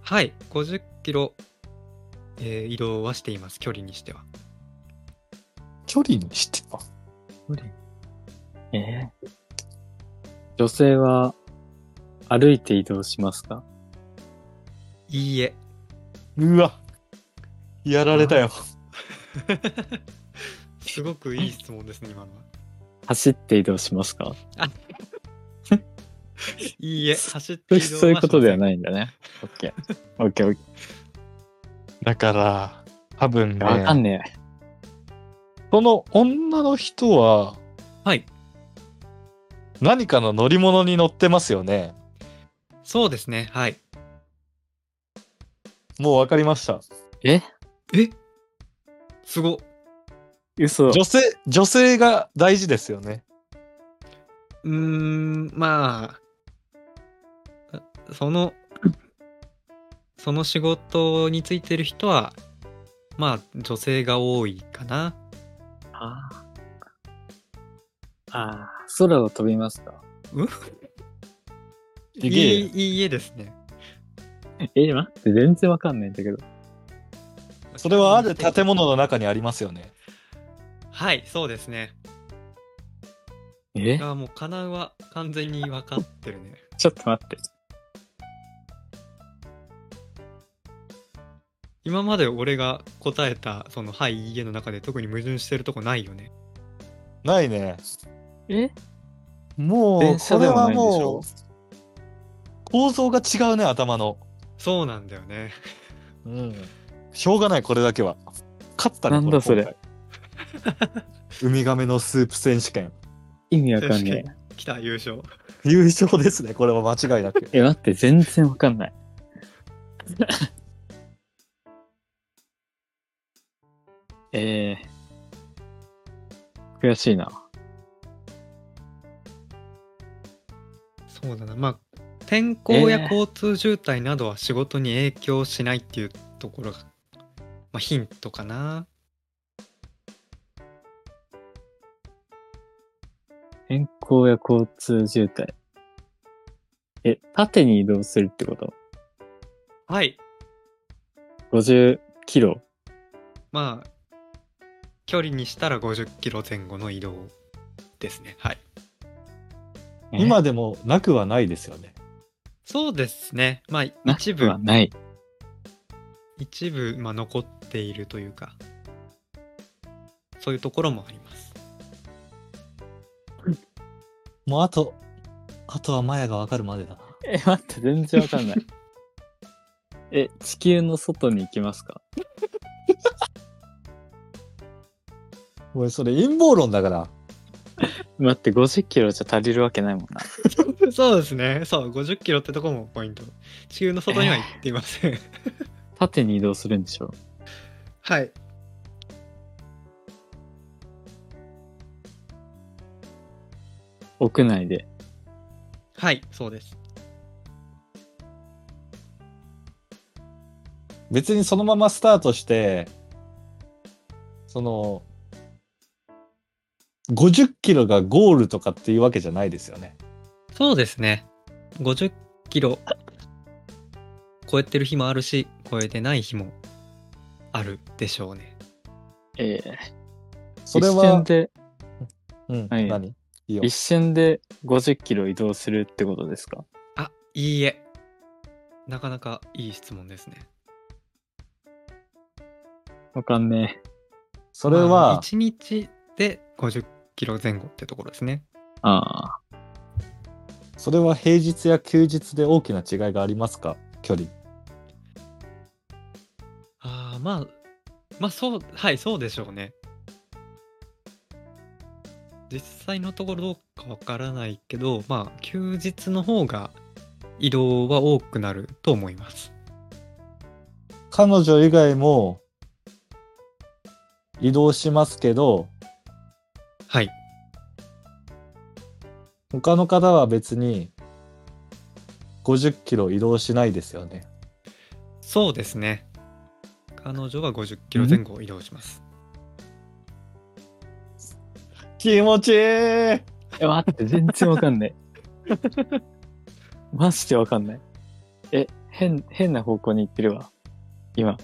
[SPEAKER 1] はい、50キロ、えー移動はしています、距離にしては。
[SPEAKER 2] 距離にしてあ
[SPEAKER 3] えー女性は歩いて移動しますか
[SPEAKER 1] いいえ。
[SPEAKER 2] うわやられたよ
[SPEAKER 1] すごくいい質問ですね、今のは。
[SPEAKER 3] 走って移動しますか
[SPEAKER 1] いいえ、走って
[SPEAKER 3] そう
[SPEAKER 1] 移
[SPEAKER 3] いう
[SPEAKER 1] 動。
[SPEAKER 3] そういうことではいないんだね。オッケー。オッケーオッケ
[SPEAKER 2] だから多分
[SPEAKER 3] ー。わか
[SPEAKER 2] ね
[SPEAKER 3] んねえ。
[SPEAKER 2] その女の人は
[SPEAKER 1] はい、
[SPEAKER 2] 何かの乗り物に乗ってますよね
[SPEAKER 1] そうですね、はい。
[SPEAKER 2] もう分かりました
[SPEAKER 1] えすご。
[SPEAKER 3] 嘘。
[SPEAKER 2] 女性女性が大事ですよね
[SPEAKER 1] うーん、まあ、あその、その仕事についてる人は、まあ女性が多いかな
[SPEAKER 3] ああ。ああ、空を飛びますか。
[SPEAKER 1] い
[SPEAKER 2] でけえ
[SPEAKER 1] いいい家ですね
[SPEAKER 3] え、待って、全然わかんないんだけど。
[SPEAKER 2] それはある建物の中にありますよね。
[SPEAKER 1] はいそうですね
[SPEAKER 3] え
[SPEAKER 1] あもうかなうは完全に分かってるね
[SPEAKER 3] ちょっと待って。
[SPEAKER 1] 今まで俺が答えたその「はいいいえ」の中で特に矛盾してるとこないよね
[SPEAKER 2] ないね。
[SPEAKER 3] え
[SPEAKER 2] もう
[SPEAKER 3] 電、車
[SPEAKER 2] こ
[SPEAKER 3] で
[SPEAKER 2] れ
[SPEAKER 3] は
[SPEAKER 2] は
[SPEAKER 3] ないんでしょ
[SPEAKER 2] もう、構造が違うね、頭の。
[SPEAKER 1] そうなんだよね
[SPEAKER 2] うん。しょうがない、これだけは。勝ったね、
[SPEAKER 3] なんだ
[SPEAKER 2] こ
[SPEAKER 3] そ。
[SPEAKER 2] 今回 ウミガメのスープ選手権。
[SPEAKER 3] 意味わかんな
[SPEAKER 1] 確
[SPEAKER 3] い。
[SPEAKER 1] か。に来た優勝
[SPEAKER 2] 優勝ですね、これは間違いなく
[SPEAKER 3] え、待って、全然わかんない。 えー、悔しいな。
[SPEAKER 1] そうだなまあ天候や
[SPEAKER 3] えー
[SPEAKER 1] 交通渋滞などは仕事に影響しないっていうところが、まあ、ヒントかな
[SPEAKER 3] 天候や交通渋滞。え、縦に移動するってこと
[SPEAKER 1] はい
[SPEAKER 3] ?50 キロ
[SPEAKER 1] まあ距離にしたら50キロ前後の移動ですねはい
[SPEAKER 2] 今でもなくはないですよね。
[SPEAKER 1] そうですねまあ
[SPEAKER 3] な
[SPEAKER 1] 一
[SPEAKER 3] く
[SPEAKER 1] 部
[SPEAKER 3] はない。
[SPEAKER 1] 一部、まあ、残っているというかそういうところもあります
[SPEAKER 2] もうあと、あとはマヤがわかるまでだな。
[SPEAKER 3] え、待って、全然わかんない。 え、地球の外に行きますか
[SPEAKER 2] おい、それ陰謀論だから。
[SPEAKER 3] 待って、50キロじゃ足りるわけないもん な。
[SPEAKER 1] そうですねそう50キロってとこもポイント地球の外には行っていません、
[SPEAKER 3] 縦に移動するんでしょ
[SPEAKER 1] はい
[SPEAKER 3] 屋内で。
[SPEAKER 1] はいそうです
[SPEAKER 2] 別にそのままスタートして、その、50キロがゴールとかっていうわけじゃないですよね。
[SPEAKER 1] そうですね。50キロ超えてる日もあるし、超えてない日もあるでしょうね。
[SPEAKER 3] ええ
[SPEAKER 2] それ
[SPEAKER 3] 一瞬
[SPEAKER 2] は、
[SPEAKER 3] で、
[SPEAKER 2] うん、
[SPEAKER 3] はい
[SPEAKER 2] 何いいよ
[SPEAKER 3] 一瞬で50キロ移動するってことですか
[SPEAKER 1] あ、いいえ。なかなかいい質問ですね。
[SPEAKER 3] わかんねえ。
[SPEAKER 2] それ
[SPEAKER 1] まあ
[SPEAKER 2] は、
[SPEAKER 1] 1日で50キロ前後ってところですね。
[SPEAKER 3] ああ。
[SPEAKER 2] それは平日や休日で大きな違いがありますか距離。
[SPEAKER 1] ああ、まあ、まあそう、はい、そうでしょうね。実際のところどうかわからないけど、まあ、休日の方が移動は多くなると思います。
[SPEAKER 2] 彼女以外も移動しますけど、
[SPEAKER 1] はい。
[SPEAKER 2] 他の方は別に50キロ移動しないですよね。
[SPEAKER 1] そうですね。彼女は50キロ前後を移動します。
[SPEAKER 2] 気持ちいい
[SPEAKER 3] え、待って、全然わかん ない。マジでわかんない。え、変、変な方向に行ってるわ。今。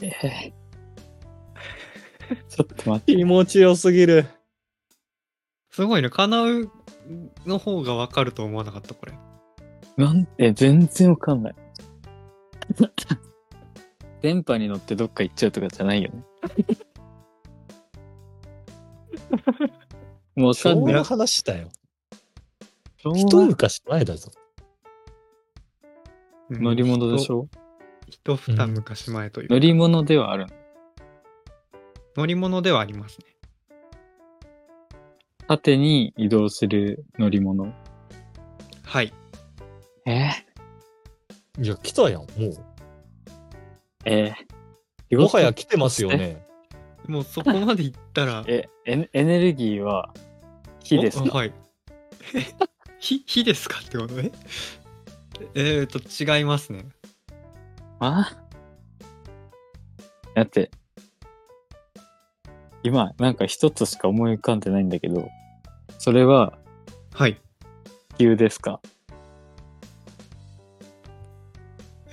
[SPEAKER 3] えーちょっと待って。
[SPEAKER 2] 気持ちよすぎる。
[SPEAKER 1] すごいね。カナウの方が分かると思わなかった、これ。
[SPEAKER 3] なんえ、全然わかん ない。電波に乗ってどっか行っちゃうとかじゃないよ ね。もうわかんない。
[SPEAKER 2] 話だよ。
[SPEAKER 3] 昭和
[SPEAKER 2] 昔前だぞ。
[SPEAKER 3] 乗り物でし
[SPEAKER 1] ょ
[SPEAKER 3] ょ
[SPEAKER 1] 一二昔前という、
[SPEAKER 3] 乗り物ではある。
[SPEAKER 1] 乗り物ではありますね。
[SPEAKER 3] 縦に移動する乗り物。
[SPEAKER 1] はい。
[SPEAKER 3] え
[SPEAKER 2] いや、来たやん、もう。
[SPEAKER 3] えー、。
[SPEAKER 2] もはや来てますよね。
[SPEAKER 1] もうそこまで行ったら
[SPEAKER 3] え、エエネルギーは火です
[SPEAKER 1] お
[SPEAKER 3] か
[SPEAKER 1] はい。え火、火ですかってことね。えー、っと、違いますね。
[SPEAKER 3] あだって、今、なんか一つしか思い浮かんでないんだけど、それは
[SPEAKER 1] はい。
[SPEAKER 3] 地球ですか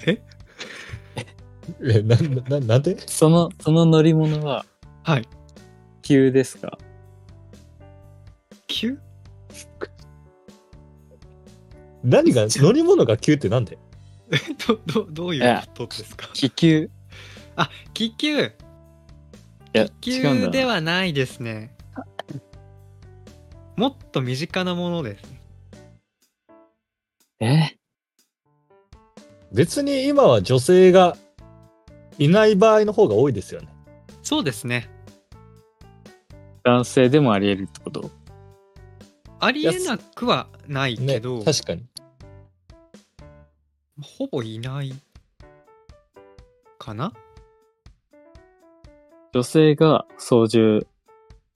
[SPEAKER 1] え
[SPEAKER 4] え、な、 な、なんで
[SPEAKER 3] その、その乗り物は
[SPEAKER 1] はい。
[SPEAKER 3] 地球ですか
[SPEAKER 1] 急
[SPEAKER 4] 何 が、乗り物が急ってなんで
[SPEAKER 1] ど、ど、どういうことですか
[SPEAKER 3] 気球。
[SPEAKER 1] 気球
[SPEAKER 3] いや、
[SPEAKER 1] 気
[SPEAKER 3] 違うんだ
[SPEAKER 1] 球
[SPEAKER 3] な。
[SPEAKER 1] ではないですね。もっと身近なものです。
[SPEAKER 3] え
[SPEAKER 4] 別に今は女性がいない場合の方が多いですよね。
[SPEAKER 1] そうですね。
[SPEAKER 3] 男性でもあり得るってこと
[SPEAKER 1] ありえなくはないけ
[SPEAKER 4] ね
[SPEAKER 1] ど、
[SPEAKER 4] 確かに。
[SPEAKER 1] ほぼいないかな
[SPEAKER 3] 女性が操縦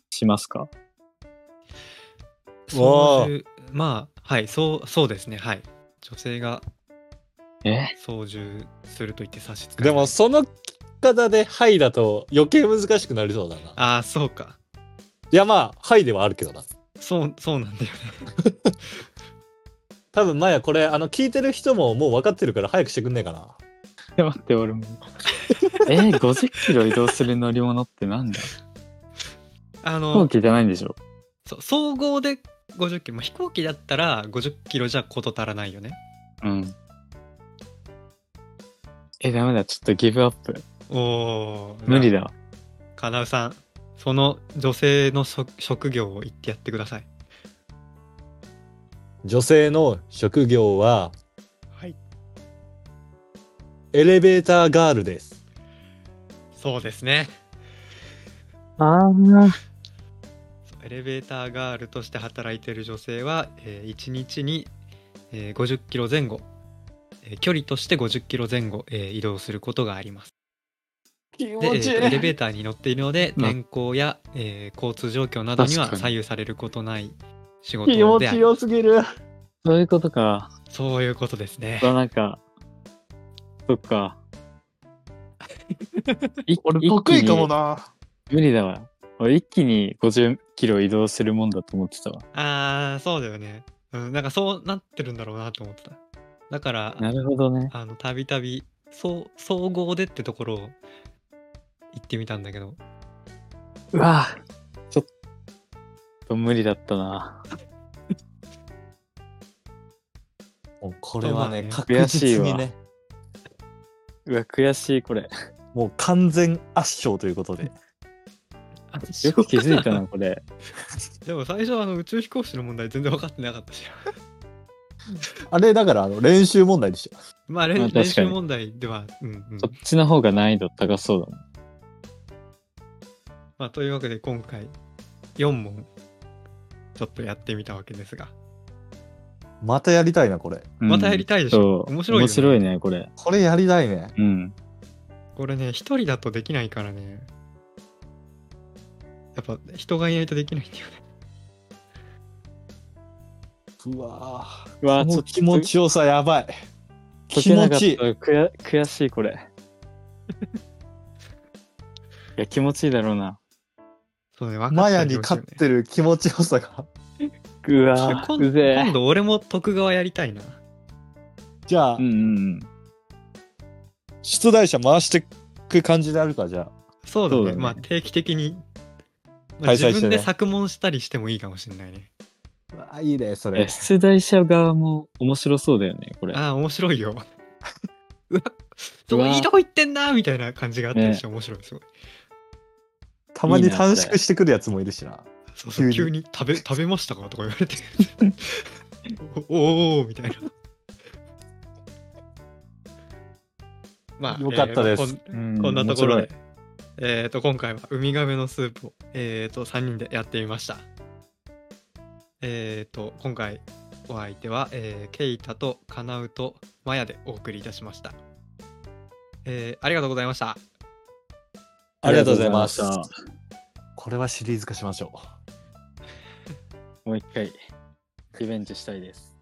[SPEAKER 3] しますか
[SPEAKER 1] そういう、まあ、はい、そう、そうですね、はい。女性が
[SPEAKER 3] え
[SPEAKER 1] 操縦すると言って差し支えない。
[SPEAKER 2] でも、その聞き方で、はいだと余計難しくなりそうだな。
[SPEAKER 1] ああ、そうか。
[SPEAKER 2] いや、まあ、はいではあるけどな。
[SPEAKER 1] そう、そうなんだよね。
[SPEAKER 2] 多分、まや、これ、あの、聞いてる人ももう分かってるから早くしてくんねえかな。
[SPEAKER 3] いや待って、俺も。えー、50キロ移動する乗り物ってなんだ
[SPEAKER 1] あ
[SPEAKER 3] 飛行
[SPEAKER 1] の、
[SPEAKER 3] 機じゃないんでしょ
[SPEAKER 1] そう総合で50キロ、まあ、飛行機だったら50キロじゃこと足らないよね。
[SPEAKER 3] うん。え、ダメだ。ちょっとギブアップ。
[SPEAKER 1] おー
[SPEAKER 3] 無理。だわ。
[SPEAKER 1] かなうさん、その女性のそ職業を言ってやってください。
[SPEAKER 2] 女性の職業は、
[SPEAKER 1] はい。
[SPEAKER 2] エレベーターガールです。
[SPEAKER 1] そうですね。
[SPEAKER 3] ああ。
[SPEAKER 1] エレベーターガールとして働いている女性は、え1日に、えー50キロ前後、えー距離として50キロ前後、えー移動することがあります。
[SPEAKER 3] 気
[SPEAKER 1] で、えーとエレベーターに乗っているので
[SPEAKER 3] うん
[SPEAKER 1] 天候や、えー交通状況などに
[SPEAKER 3] 確
[SPEAKER 1] は
[SPEAKER 3] かに
[SPEAKER 1] 左右されることない仕事である。
[SPEAKER 4] すぎる。
[SPEAKER 3] そういうことか。
[SPEAKER 1] そういうことですね。
[SPEAKER 3] そうなんか、そっ か。い
[SPEAKER 5] 俺得意かも。
[SPEAKER 3] 一
[SPEAKER 5] な。
[SPEAKER 3] 気に無理だわ。俺一気に50キロ移動するもんだと思ってたわ。
[SPEAKER 1] ああ、そうだよね。うん、なんかそうなってるんだろうなと思ってた。だから、
[SPEAKER 3] なるほどね。
[SPEAKER 1] あの、たびたび、そう、総合でってところを行ってみたんだけど、
[SPEAKER 3] うわちょっと無理だったな。
[SPEAKER 2] もうこれはね、
[SPEAKER 1] まあ
[SPEAKER 2] 確実
[SPEAKER 3] 悔しい
[SPEAKER 2] に
[SPEAKER 3] わ
[SPEAKER 2] ね、
[SPEAKER 3] うわ、悔しい、こ れ。
[SPEAKER 2] もう完全圧勝ということで。
[SPEAKER 3] よく気づいたな、これ。
[SPEAKER 1] でも最初はあの宇宙飛行士の問題全然分かってなかったし。
[SPEAKER 2] あれ、だから、あの、練習問題でしょ。
[SPEAKER 1] まあ
[SPEAKER 3] ま
[SPEAKER 1] 練
[SPEAKER 3] あ確かに
[SPEAKER 1] 練習問題では、うんうん
[SPEAKER 3] そ。っちの方が難易度高そうだもん。
[SPEAKER 1] まあというわけで今回、4問、ちょっとやってみたわけですが。
[SPEAKER 2] またやりたいな、これ。
[SPEAKER 3] うん
[SPEAKER 1] またやりたいでしょ
[SPEAKER 3] そう
[SPEAKER 1] 面白いよね
[SPEAKER 3] 面白いね、これ。
[SPEAKER 2] これやりたいね。
[SPEAKER 3] うん。
[SPEAKER 1] これね、一人だとできないからね。やっぱ人がいないとできないんだよね。
[SPEAKER 2] うわぁ。
[SPEAKER 3] うわ
[SPEAKER 2] もう気持ちよさやばい。
[SPEAKER 3] 解
[SPEAKER 2] 気
[SPEAKER 3] けなかっ
[SPEAKER 2] 持
[SPEAKER 3] た
[SPEAKER 2] ちいい。
[SPEAKER 3] 悔悔しい これいや気持ちいいだろうな
[SPEAKER 1] そうね、分か
[SPEAKER 2] マ
[SPEAKER 1] って
[SPEAKER 2] ヤ
[SPEAKER 1] る
[SPEAKER 2] に
[SPEAKER 1] 状況
[SPEAKER 2] 勝
[SPEAKER 1] ね
[SPEAKER 2] ってる気持ちよさが。
[SPEAKER 3] う
[SPEAKER 1] ちょ
[SPEAKER 3] わ
[SPEAKER 1] 今
[SPEAKER 3] うぜえ
[SPEAKER 1] 今度俺も徳川やりたいな。
[SPEAKER 2] じゃあ、
[SPEAKER 3] うんうん
[SPEAKER 2] 出題者回してく感じであるか、じゃあ。
[SPEAKER 1] そうだね。
[SPEAKER 3] そうだね
[SPEAKER 1] まあ定期的に、まあ
[SPEAKER 2] 開催してね
[SPEAKER 1] 自分で作文したりしてもいいかもしれないね。
[SPEAKER 2] うわいいね、そ
[SPEAKER 3] うんえ。出題者側も面白そうだよねこれ
[SPEAKER 1] ああ、面白い よ。うわ、
[SPEAKER 3] う
[SPEAKER 1] ど
[SPEAKER 3] わ
[SPEAKER 1] ういいとこ行ってんなーみたいな感じがあったりして面白い。すごい。
[SPEAKER 2] たまに
[SPEAKER 3] いいね
[SPEAKER 2] 短縮してくるやつもいるしな。
[SPEAKER 1] そうそう急
[SPEAKER 2] 急
[SPEAKER 1] に食べ食べましたかとか言われ て。おおーみたいな。まあ、
[SPEAKER 2] よかったです
[SPEAKER 1] えーまあこん
[SPEAKER 3] うん
[SPEAKER 1] こんなところ
[SPEAKER 3] 面
[SPEAKER 1] で、えー、と今回はウミガメのスープを、えー、と3人でやってみました。えー、と今回お相手は、えーケイタとカナウとマヤでお送りいたしました。えーありがとうございました。
[SPEAKER 2] ありがとうございま
[SPEAKER 3] あ
[SPEAKER 2] す
[SPEAKER 3] りがとうございまし
[SPEAKER 2] これはシリーズ化しましょう。
[SPEAKER 3] たもう一回リベンジしたいです